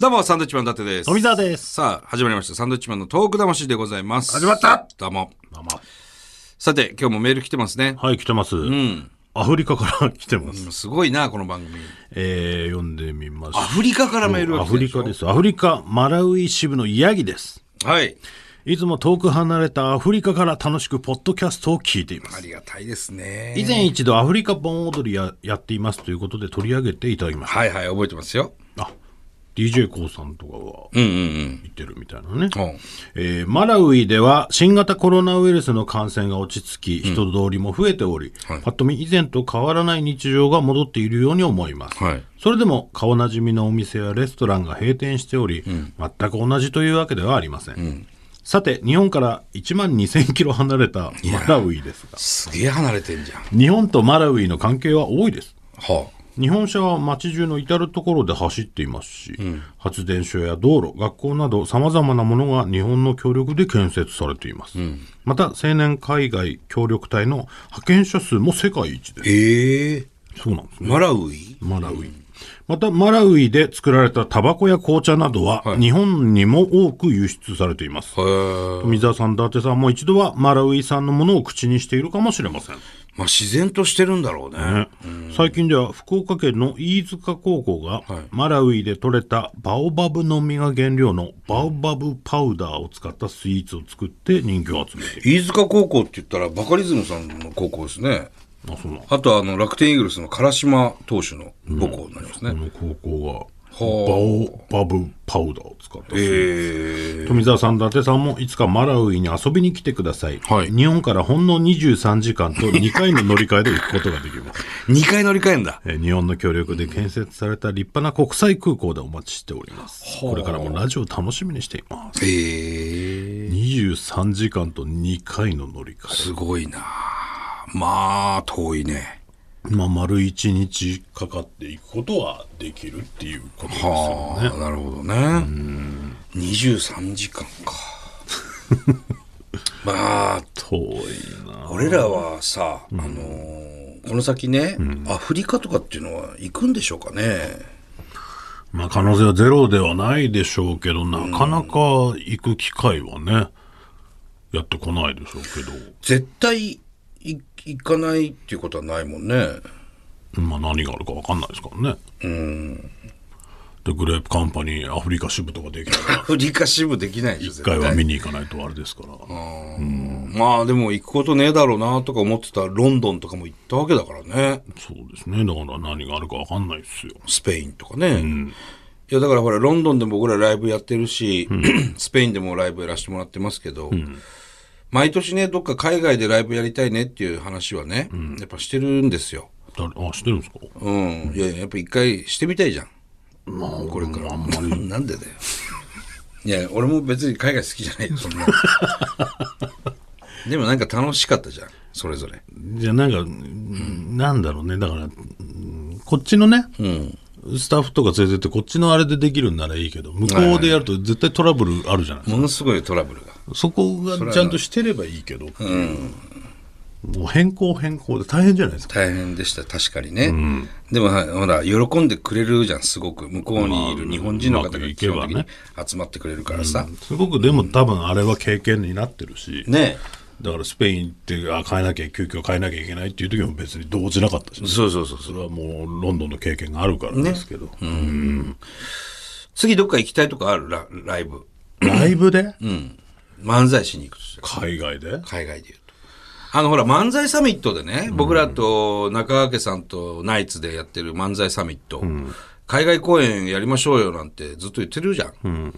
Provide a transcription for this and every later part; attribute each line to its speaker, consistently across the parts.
Speaker 1: どうも、サンドウィッチマン伊達です。
Speaker 2: 富澤です。
Speaker 1: さあ、始まりました。サンドウィッチマンのトーク魂でございます。
Speaker 2: 始まった
Speaker 1: どうも。
Speaker 2: まあま
Speaker 1: さて、今日もメール来てますね。
Speaker 2: あはい、来てます。アフリカから来てます。
Speaker 1: すごいな、この番組。
Speaker 2: えー、読んでみましょ
Speaker 1: アフリカからメール
Speaker 2: う。
Speaker 1: が
Speaker 2: ア
Speaker 1: 来て
Speaker 2: フ
Speaker 1: る
Speaker 2: リカです。アフリカ、マラウイ支部のヤギです。
Speaker 1: はい。
Speaker 2: いつも遠く離れたアフリカから楽しくポッドキャストを聞いていま
Speaker 1: あ
Speaker 2: す。
Speaker 1: りがたいですね。
Speaker 2: 以前一度アフリカ盆踊りややっていますということで取り上げていただきまし
Speaker 1: はいはい、覚えてますよ。
Speaker 2: た。あ、DJ コウさんとかは
Speaker 1: うんうん
Speaker 2: 行ってるみたいなね。
Speaker 1: うん。うん
Speaker 2: えーマラウイでは新型コロナウイルスの感染が落ち着き、人通りも増えており、
Speaker 1: はい
Speaker 2: パッと見以前と変わらない日常が戻っているように思います。
Speaker 1: はい。
Speaker 2: それでも顔なじみのお店やレストランが閉店しており、全く同じというわけではありません。さて、日本から1万2000キロ離れたマラウイですが、
Speaker 1: すげえ離れてんじゃん。
Speaker 2: 日本とマラウイの関係は多いです。
Speaker 1: は
Speaker 2: 日本車は街中の至る所で走っていますし、発電所や道路学校などさまざまなものが日本の協力で建設されています、また青年海外協力隊の派遣者数も世界一で
Speaker 1: あ。ええ
Speaker 2: すそうなんですね
Speaker 1: マラウイ
Speaker 2: マラウイ、またマラウイで作られたタバコや紅茶などは、日本にも多く輸出されています
Speaker 1: へえ。
Speaker 2: 富澤さん伊達さんも一度はマラウイ産のものを口にしているかもしれません
Speaker 1: まあ、自然としてるんだろうね。
Speaker 2: ね最近では福岡県の飯塚高校が、マラウイで採れたバオバブの実が原料のバオバブパウダーを使ったスイーツを作って人気を集めている。
Speaker 1: 飯塚高校って言ったら、バカリズムさんの高校ですね。
Speaker 2: あ、そうなん
Speaker 1: あと、あの、楽天イーグルスの唐島投手の母校になりますね。
Speaker 2: この高校
Speaker 1: ほ
Speaker 2: がバオバブパウダーを使ったスイーツ。
Speaker 1: ええ
Speaker 2: 富澤さん、伊達さんもいつかマラウイに遊びに来てください。
Speaker 1: はい
Speaker 2: 日本からほんの23時間と2回の乗り換えで行くことができ ます。
Speaker 1: 2回乗り換えんだ。
Speaker 2: えー日本の協力で建設された立派な国際空港でお待ちしております。これからもラジオ楽しみにしています。
Speaker 1: ええ
Speaker 2: 23時間と2回の乗り換
Speaker 1: すごいなまあ、遠いね。
Speaker 2: え。まあ、丸1日かかっていくことはできるっていうことですよ
Speaker 1: はあ、
Speaker 2: ね。
Speaker 1: なるほどね。23時間 か。まあ、
Speaker 2: 遠いな。
Speaker 1: 俺らはさ、あのーこの先ね、アフリカとかっていうのは行くんでしょうかね。
Speaker 2: まあ、可能性はゼロではないでしょうけど、なかなか行く機会はね、やってこないでしょうけど、
Speaker 1: 絶対い行かないっていうことはないもんね。
Speaker 2: まあ、何があるかわかんないですからね。で、グレープカンパニーアフリカ支部とかできたら、
Speaker 1: ア フリカ支部できないでしょ、
Speaker 2: 一
Speaker 1: 絶対
Speaker 2: 回は見に行かないとあれですから。
Speaker 1: まあでも行くことねえだろうなとか思ってたロンドンとかも行ったわけだからね。
Speaker 2: そうですね。だから何があるかわかんないですよ。
Speaker 1: スペインとかね。いやだからほら、ロンドンでも僕らライブやってるし、 スペインでもライブやらせてもらってますけど、毎年ね、どっか海外でライブやりたいねっていう話はね、やっぱしてるんですよ。
Speaker 2: 誰あ、知ってるんですか
Speaker 1: うん。いやいや、やっぱ一回してみたいじゃん。
Speaker 2: まあ、
Speaker 1: これから。
Speaker 2: あんまり
Speaker 1: なん でだよ。いや、俺も別に海外好きじゃないよ、そ んな。でもなんか楽しかったじゃん、それぞれ。
Speaker 2: じゃあなんか、うんなんだろうね。だから、うんこっちのね、スタッフとか連れてって、こっちのあれでできるんならいいけど、向こうでやると絶対トラブルあるじゃないですか。
Speaker 1: ものすごいトラブルが。
Speaker 2: そこがちゃんとしてればいいけど、もう変更変更で大変じゃないですか。
Speaker 1: 大変でした確かにね、でもはいほら喜んでくれるじゃんすごく向こうにいる日本人の方
Speaker 2: うまく
Speaker 1: が
Speaker 2: い
Speaker 1: 基
Speaker 2: け
Speaker 1: 本
Speaker 2: ば
Speaker 1: 的
Speaker 2: ね
Speaker 1: に集まってくれるからさ、
Speaker 2: すごくでも多分あれは経験になってるし、
Speaker 1: ね
Speaker 2: だからスペインって、あ、変えなきゃ、急遽変えなきゃいけないっていう時も別に動じなかったし、
Speaker 1: そうそうそうそ
Speaker 2: そうれはもうロンドンの経験があるからですけど。
Speaker 1: 次どっか行きたいとかあるラライブ
Speaker 2: ライブで、
Speaker 1: 漫才しに行くとしたら
Speaker 2: 海外で
Speaker 1: 海外でいうとあのほら漫才サミットでね僕らと中川家さんとナイツでやってる漫才サミット、海外公演やりましょうよなんてずっと言ってるじゃん、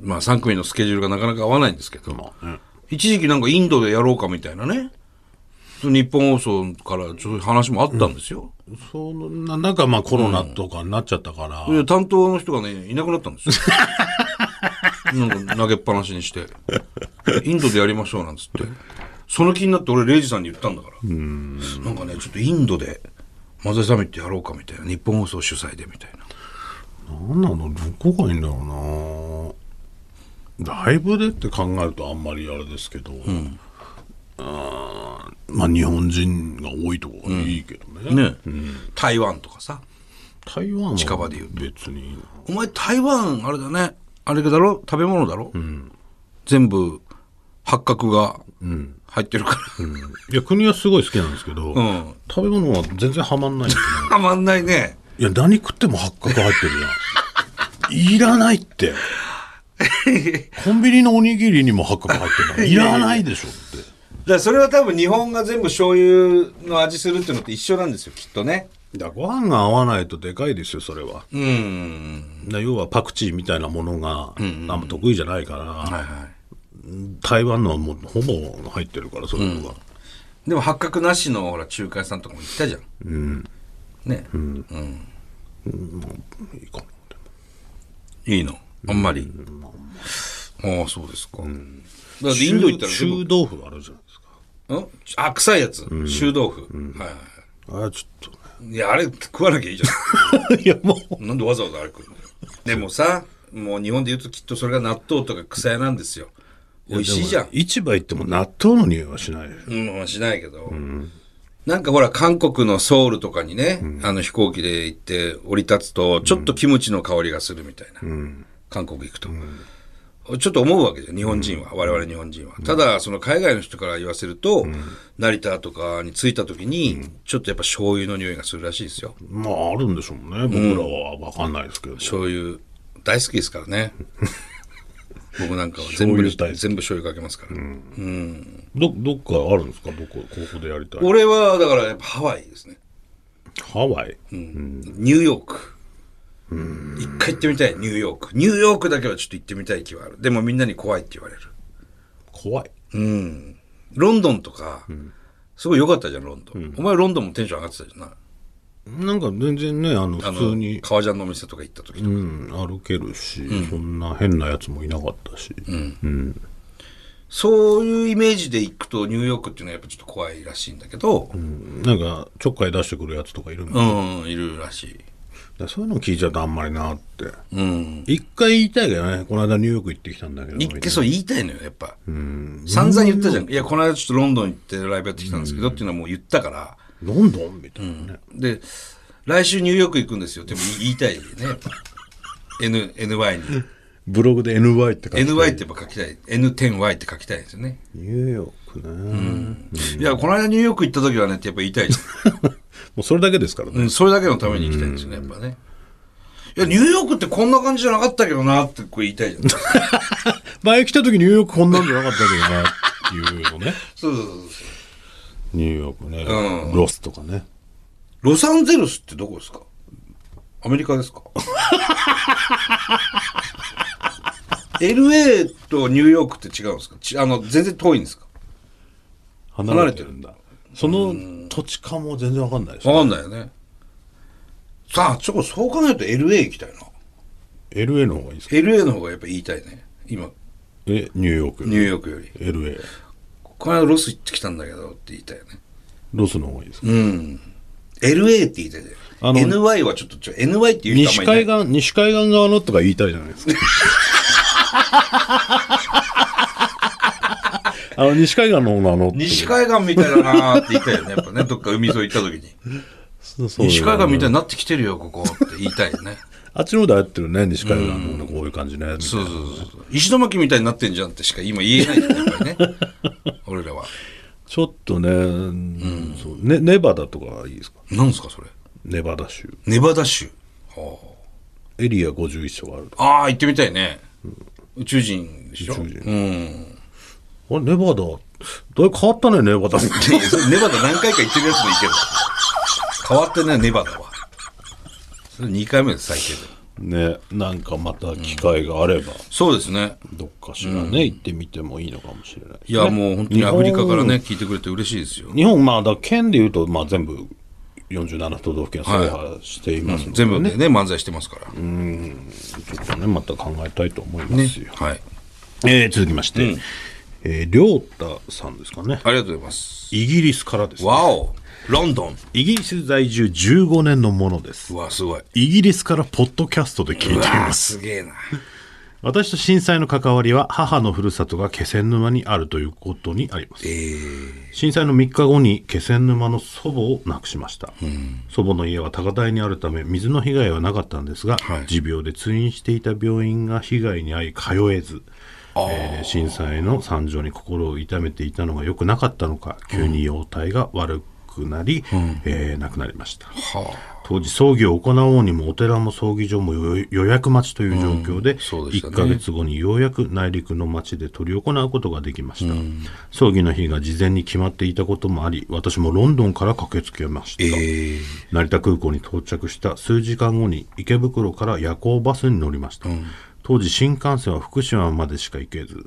Speaker 1: まあ3組のスケジュールがなかなか合わないんですけど、
Speaker 2: まあね
Speaker 1: 一時期なんかインドでやろうかみたいなね日本放送からちょっと話もあったんですよ、
Speaker 2: そんな、なんかまあコロナとかになっちゃったから、
Speaker 1: で担当の人がねいなくなったんですよなんか投げっぱなしにしてインドでやりましょうなんつってその気になって俺レイジさんに言ったんだからなんかねちょっとインドで漫才サミットやろうかみたいな日本放送主催でみたいな
Speaker 2: なんなの、どこがいいんだろうなライブでって考えるとあんまりあれですけど、あーまあ日本人が多いとこがいいけどね。
Speaker 1: ね、台湾とかさ
Speaker 2: 台湾は
Speaker 1: 近場で言う
Speaker 2: 別にいいな
Speaker 1: お前台湾あれだねあれだろ食べ物だろ、全部八角が入ってるから、
Speaker 2: いや国はすごい好きなんですけど、
Speaker 1: ん
Speaker 2: 食べ物は全然ハマんないんですね
Speaker 1: たまんないね
Speaker 2: いや何食っても八角入ってるやんいらない ってコンビニのおにぎりにも八角入ってないいらないでしょって
Speaker 1: だからそれは多分日本が全部醤油の味するっていうのと一緒なんですよきっとね
Speaker 2: だからご飯が合わないとでかいですよそれは、
Speaker 1: うん
Speaker 2: だから要はパクチーみたいなものがあんま得意じゃないから、
Speaker 1: はいは
Speaker 2: 台湾のはもうほぼ入ってるからそういうのが、
Speaker 1: いでも八角なしのほら中華屋さんとかも行ったじゃんうんね、
Speaker 2: いいかない
Speaker 1: いのあんまり、ああそうですか、だってインド行ったら
Speaker 2: 中
Speaker 1: 全
Speaker 2: 中豆腐あるじゃないですか
Speaker 1: 部んあ臭いやつ、臭豆腐、はいは
Speaker 2: あれちょっ
Speaker 1: いいやあれ食わなきゃいいじゃん
Speaker 2: とねいやもう
Speaker 1: なんでわざわざあれ食うのでもさ、もう日本で言うときっとそれが納豆とか草屋なんですよ。美味しいじゃ
Speaker 2: で
Speaker 1: ん
Speaker 2: も。市場行っても納豆の匂いはしないでしょ
Speaker 1: うん、しないけど。なんかほら、韓国のソウルとかにね、あの飛行機で行って降り立つと、ちょっとキムチの香りがするみたいな。韓国行くと。ちょっと思うわけじゃん、日本人は、我々日本人は。ただ、その海外の人から言わせると、成田とかに着いた時に、ちょっとやっぱ醤油の匂いがするらしいですよ。
Speaker 2: まああるんでしょうね僕らは分かんないですけど、
Speaker 1: 醤油大好きですから ね僕なんかは全部
Speaker 2: 醤油大好き
Speaker 1: 全部醤油かけますから、
Speaker 2: どどっかあるんですかどこここでやりたい
Speaker 1: 俺はだからやっぱハワイですね、
Speaker 2: ハワイ、
Speaker 1: ニューヨーク一回行ってみたいニューヨークニューヨークだけはちょっと行ってみたい気はあるでもみんなに怖いって言われる
Speaker 2: 怖い
Speaker 1: ロンドンとか、すごい良かったじゃんロンドン、お前ロンドンもテンション上がってたじゃんな
Speaker 2: なんか全然ねあの
Speaker 1: あ
Speaker 2: 普通
Speaker 1: の
Speaker 2: に
Speaker 1: 革ジャンのお店とか行った時とか、
Speaker 2: うん、歩けるし、そんな変なやつもいなかったし、
Speaker 1: そういうイメージで行くとニューヨークっていうのはやっぱちょっと怖いらしいんだけど
Speaker 2: なんかちょっかい出してくるやつとかいるんだ
Speaker 1: うん、いるらしい
Speaker 2: だそういうの聞いちゃうとあんまりなって
Speaker 1: うん
Speaker 2: 一回言いたいけどねこの間ニューヨーク行ってきたんだけどみ
Speaker 1: 一
Speaker 2: たい
Speaker 1: 回
Speaker 2: な
Speaker 1: そう言いたいのよ、やっぱ。散々言ったじゃん。いや、この間ちょっとロンドン行ってライブやってきたんですけどっていうのはもう言ったから。
Speaker 2: ロンドンみたいなね、
Speaker 1: で、来週ニューヨーク行くんですよっても言いたいよね、やっぱ。N、NY に。
Speaker 2: ブログで NY って書いて
Speaker 1: NY ってやっぱ書きたい。N10Y って書きたいんですよね。
Speaker 2: ニューヨークね、も
Speaker 1: いや、この間ニューヨーク行った時はねってやっぱ言いたいじゃん。
Speaker 2: うそれだけで すからね、
Speaker 1: うん、それだけのために行きたいんですよね、やっぱね。いや、ニューヨークってこんな感じじゃなかったけどなってこう言いたい じゃん。そう
Speaker 2: 前来た時ニューヨークこんなんじゃなかったけどなっていうのね
Speaker 1: そうそうそう。
Speaker 2: ニューヨークね、
Speaker 1: うん
Speaker 2: ロスとかね
Speaker 1: ロサンゼルスってどこですかアメリカです か ?LA とニューヨークって違うんですかちあの、全然遠いんですか
Speaker 2: 離れてるんだその土地かも全然わかんないでしょ
Speaker 1: わかんないよね。さあ、ちょ、そう考えると LA 行きたいな。
Speaker 2: LA の方がいいですか
Speaker 1: LA の方がやっぱ言いたいね。今、
Speaker 2: えニューヨークよ
Speaker 1: ニュ
Speaker 2: り
Speaker 1: ーヨークより。
Speaker 2: LA
Speaker 1: この間ロス行ってきたんだけどって言いたいよね。
Speaker 2: ロスの方がいいですか、
Speaker 1: うん。LA って言いたいね。
Speaker 2: あの
Speaker 1: NY はちょっと、ちょ NY って言う人あ
Speaker 2: 西
Speaker 1: んまり
Speaker 2: 海
Speaker 1: いない。
Speaker 2: 岸西海岸側のとか言いたいじゃない ですかあの西海岸の方のあの
Speaker 1: 西海岸みたいだなーって言いたいよね。やっぱね、どっか海沿い行った時に。
Speaker 2: そうそう
Speaker 1: 西海岸みたいになってきてるよ、ここって言いたいよ ね。
Speaker 2: あっちの方でやってるね西海岸の方のこういう感じねみたいな
Speaker 1: そうそうそうそう。石巻みたいになってんじゃんってしか今言えないよね、やっぱりね。俺らは。
Speaker 2: ちょっとね,、そうねネバダとかいいですか
Speaker 1: なんですか、それ。
Speaker 2: ネバダ州
Speaker 1: ネバダ州。は
Speaker 2: エリア51所があると
Speaker 1: あああ、行ってみたいね。宇宙人でしょ
Speaker 2: 宇宙人
Speaker 1: うん。
Speaker 2: あれネバダだいぶ変わったねネバダ
Speaker 1: いやそれネバダ何回か行ってるやつもいいけど。変わってない、ネバダは。それ2回目です、最低でも。
Speaker 2: ねなんかまた機会があれば、
Speaker 1: そうですね。
Speaker 2: どっかしらね、行ってみてもいいのかもしれないです
Speaker 1: い
Speaker 2: ね、
Speaker 1: や、もう本当にアフリカから
Speaker 2: 日
Speaker 1: ね、
Speaker 2: 本
Speaker 1: 聞いてくれて嬉しいですよ。
Speaker 2: 日本、まあ、だから県でいうと、まあ、全部47都道府県制覇していますので、
Speaker 1: 全部でね、漫才してますから。ね。
Speaker 2: ちょっとね、また考えたいと思いますよ。
Speaker 1: はい。
Speaker 2: えー続きまして、えー、りょうたさんですかね。
Speaker 1: ありがとうございます。
Speaker 2: イギリスからです、
Speaker 1: わおロンドン
Speaker 2: イギリス在住15年のものです
Speaker 1: う。わ、すごい。
Speaker 2: イギリスからポッドキャストで聞いていう
Speaker 1: わ
Speaker 2: ま
Speaker 1: あ
Speaker 2: す。
Speaker 1: すげえな。
Speaker 2: 私と震災の関わりは母のふるさとが気仙沼にあるということにあります。震災の3日後に気仙沼の祖母を亡くしました、祖母の家は高台にあるため水の被害はなかったんですが、
Speaker 1: はい
Speaker 2: 持病で通院していた病院が被害に遭い通えず、えー震災の惨状に心を痛めていたのが良くなかったのか急に容体が悪くなり、えー亡くなりました、当時葬儀を行おうにもお寺も葬儀場も予予約待ちという状況で,、
Speaker 1: そうでした
Speaker 2: 1
Speaker 1: ね
Speaker 2: ヶ月後にようやく内陸の町で執り行うことができました、葬儀の日が事前に決まっていたこともあり私もロンドンから駆けつけました、
Speaker 1: ええ
Speaker 2: 成田空港に到着した数時間後に池袋から夜行バスに乗りました、当時新幹線は福島までしか行けず、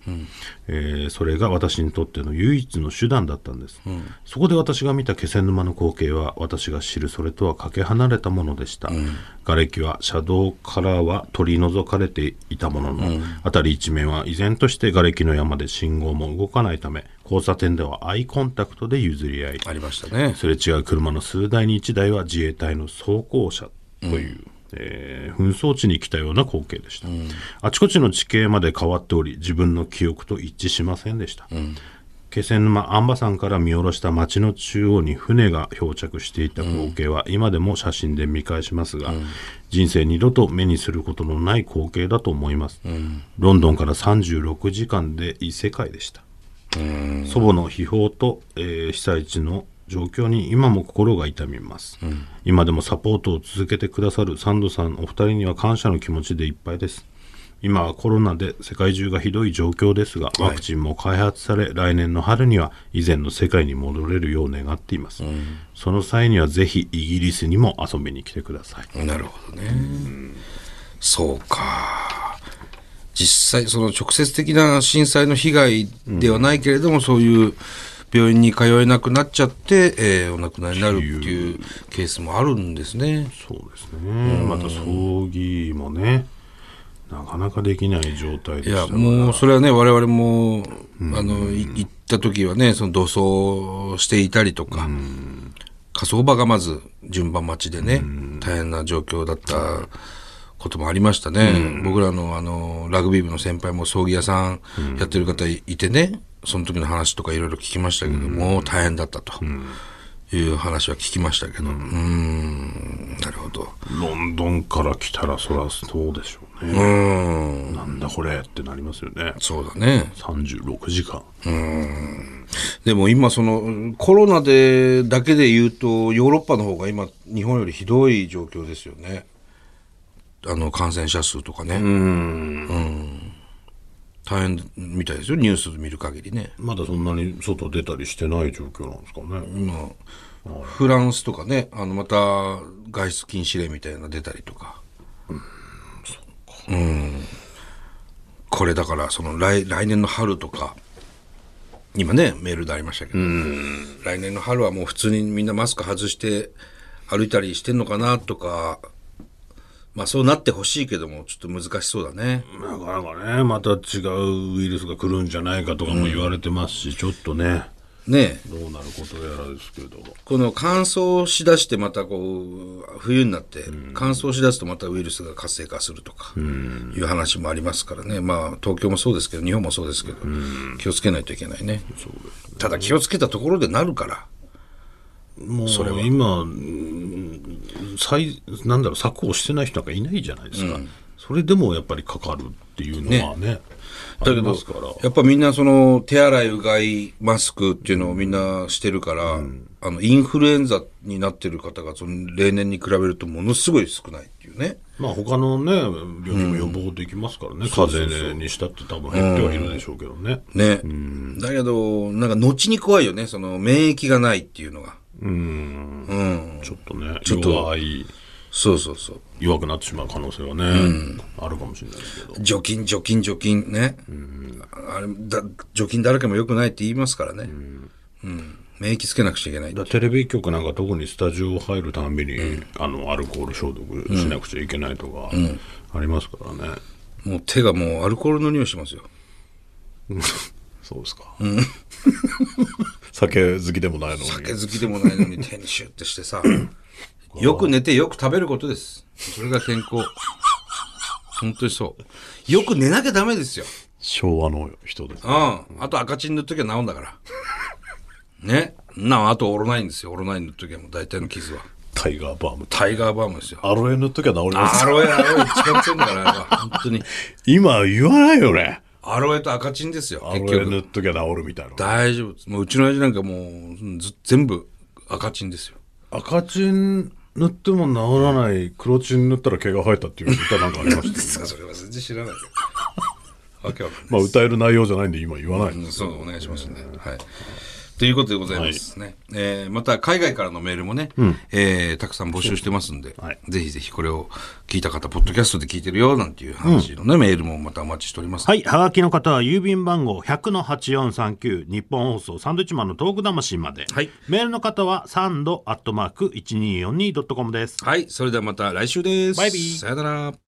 Speaker 2: えーそれが私にとっての唯一の手段だったんです、そこで私が見た気仙沼の光景は私が知るそれとはかけ離れたものでした、瓦礫は車道からは取り除かれていたものの、辺り一面は依然として瓦礫の山で信号も動かないため交差点ではアイコンタクトで譲り合い
Speaker 1: ありましたね。
Speaker 2: すれ違う車の数台に1台は自衛隊の装甲車という、えー紛争地に来たような光景でした、あちこちの地形まで変わっており自分の記憶と一致しませんでした、気仙沼安波山から見下ろした町の中央に船が漂着していた光景は今でも写真で見返しますが、人生二度と目にすることのない光景だと思います、ロンドンから36時間で異世界でした祖母の悲報と、えー被災地の状況に今も心が痛みます、今でもサポートを続けてくださるサンドさんお二人には感謝の気持ちでいっぱいです今はコロナで世界中がひどい状況ですがワクチンも開発され、来年の春には以前の世界に戻れるよう願っています、その際にはぜひイギリスにも遊びに来てください
Speaker 1: なるほどね。そうか。実際、その直接的な震災の被害ではないけれども、そういう病院に通えなくなっちゃって、えーお亡くなりになるっていうケースもあるんですね。
Speaker 2: そうですねまた葬儀もねなかなかできない状態で
Speaker 1: い
Speaker 2: した
Speaker 1: や、
Speaker 2: から
Speaker 1: もうそれはね、我々も、あの、い行った時はね、その土葬していたりとか、火葬場がまず順番待ちでね、大変な状況だったこともありましたね。僕らのあの、ラグビー部の先輩も葬儀屋さんやってる方いいてね、その時の話とかいろいろ聞きましたけど、もう大変だったと。いう話は聞きましたけど、うーん、なるほど。
Speaker 2: ロンドンから来たらそらそうでしょう
Speaker 1: う
Speaker 2: ね、
Speaker 1: ーん、
Speaker 2: なんだこれってなりますよね
Speaker 1: そうだね。
Speaker 2: 36時間
Speaker 1: でも今そのコロナでだけで言うとヨーロッパの方が今日本よりひどい状況ですよね。あの感染者数とかね。うん大変みたいですよニュース見る限りね。
Speaker 2: まだそんなに外出たりしてない状況なんですかね
Speaker 1: 今フランスとかねあのまた外出禁止令みたいなの出たりとか。うんこれだからその来来年の春とか今ねメールでありましたけど、来年の春はもう普通にみんなマスク外して歩いたりしてんのかなとかまあそうなってほしいけどもちょっと難しそうだね
Speaker 2: なかなかねまた違うウイルスが来るんじゃないかとかも言われてますし、ちょっとね
Speaker 1: ねえ
Speaker 2: どうなることやらですけど
Speaker 1: この乾燥しだしてまたこう冬になって乾燥しだすとまたウイルスが活性化するとかいう話もありますからねまあ東京もそうですけど日本もそうですけど気をつけないといけないねただ気をつけたところでなるから
Speaker 2: もうそれは今うん最なんだろう策をしてない人なんかいないじゃないですか、それでもやっぱりかかるっていうのはねありますから
Speaker 1: やっぱみんなその手洗いうがいマスクっていうのをみんなしてるから、あのインフルエンザになってる方がその例年に比べるとものすごい少ないっていうね。
Speaker 2: まあ他のね、病気も予防できますからね、風邪にしたって多分減ってはいるでしょうけどね。
Speaker 1: ね。だけど、なんか後に怖いよね。その免疫がないっていうのが。
Speaker 2: うん、
Speaker 1: うん。
Speaker 2: ちょっとね、
Speaker 1: ょっと
Speaker 2: 弱い、
Speaker 1: そうそうそう。
Speaker 2: 弱くなってしまう可能性はね、あるかもしれないですけど。
Speaker 1: 除菌、除菌、除菌ね。あれだ、除菌だらけも良くないって言いますからね。うん。免疫つけなくちゃいけない。
Speaker 2: だテレビ局なんか特にスタジオ入るたんびに、あのアルコール消毒しなくちゃいけないとか、ありますからね。
Speaker 1: もう手がもうアルコールの匂いしますよ。
Speaker 2: そうですか。 酒好きでもないのに。
Speaker 1: 酒好きでもないのに手にシュッてしてさ。よく寝てよく食べることです。それが健康。本当にそう。よく寝なきゃダメですよ。
Speaker 2: 昭和の人です
Speaker 1: うん。あと赤チン塗っときゃ治んだから。ね。なあ、あとオロナインですよ。オロナイン塗っときゃもう大体の傷は。
Speaker 2: タイガーバーム
Speaker 1: タイガーバームですよ。
Speaker 2: アロエ塗っときゃ治ります
Speaker 1: アロエ、アロエ一番強いんだから、あれは本当に。
Speaker 2: 今言わないよね
Speaker 1: アロエと赤チンですよ、
Speaker 2: ア
Speaker 1: 結
Speaker 2: ロエ
Speaker 1: 局。
Speaker 2: 塗っときゃ治るみたいな
Speaker 1: 大丈夫です。もううちの親父なんかもううんず全部赤チンですよ。
Speaker 2: 赤チン塗っても治らない黒チン塗ったら毛が生えたっていう歌なんかありま したよね
Speaker 1: さそれは全然知らないよ。わけわかんない。
Speaker 2: まあ歌える内容じゃないんで今言わない、
Speaker 1: うんそう、お願いしますね。はい。ということでございますね。えーまた、海外からのメールもね、えーたくさん募集してますんで、
Speaker 2: はい
Speaker 1: ぜひぜひこれを聞いた方、ポッドキャストで聞いてるよ、なんていう話のね、メールもまたお待ちしております。
Speaker 2: はい。はがきの方は郵便番号100-8439日本放送サンドイッチマンのトーク魂まで。
Speaker 1: はい
Speaker 2: メールの方はサンドアットマーク 1242.com です。
Speaker 1: はい、それではまた来週です。
Speaker 2: バイビー
Speaker 1: さよなら。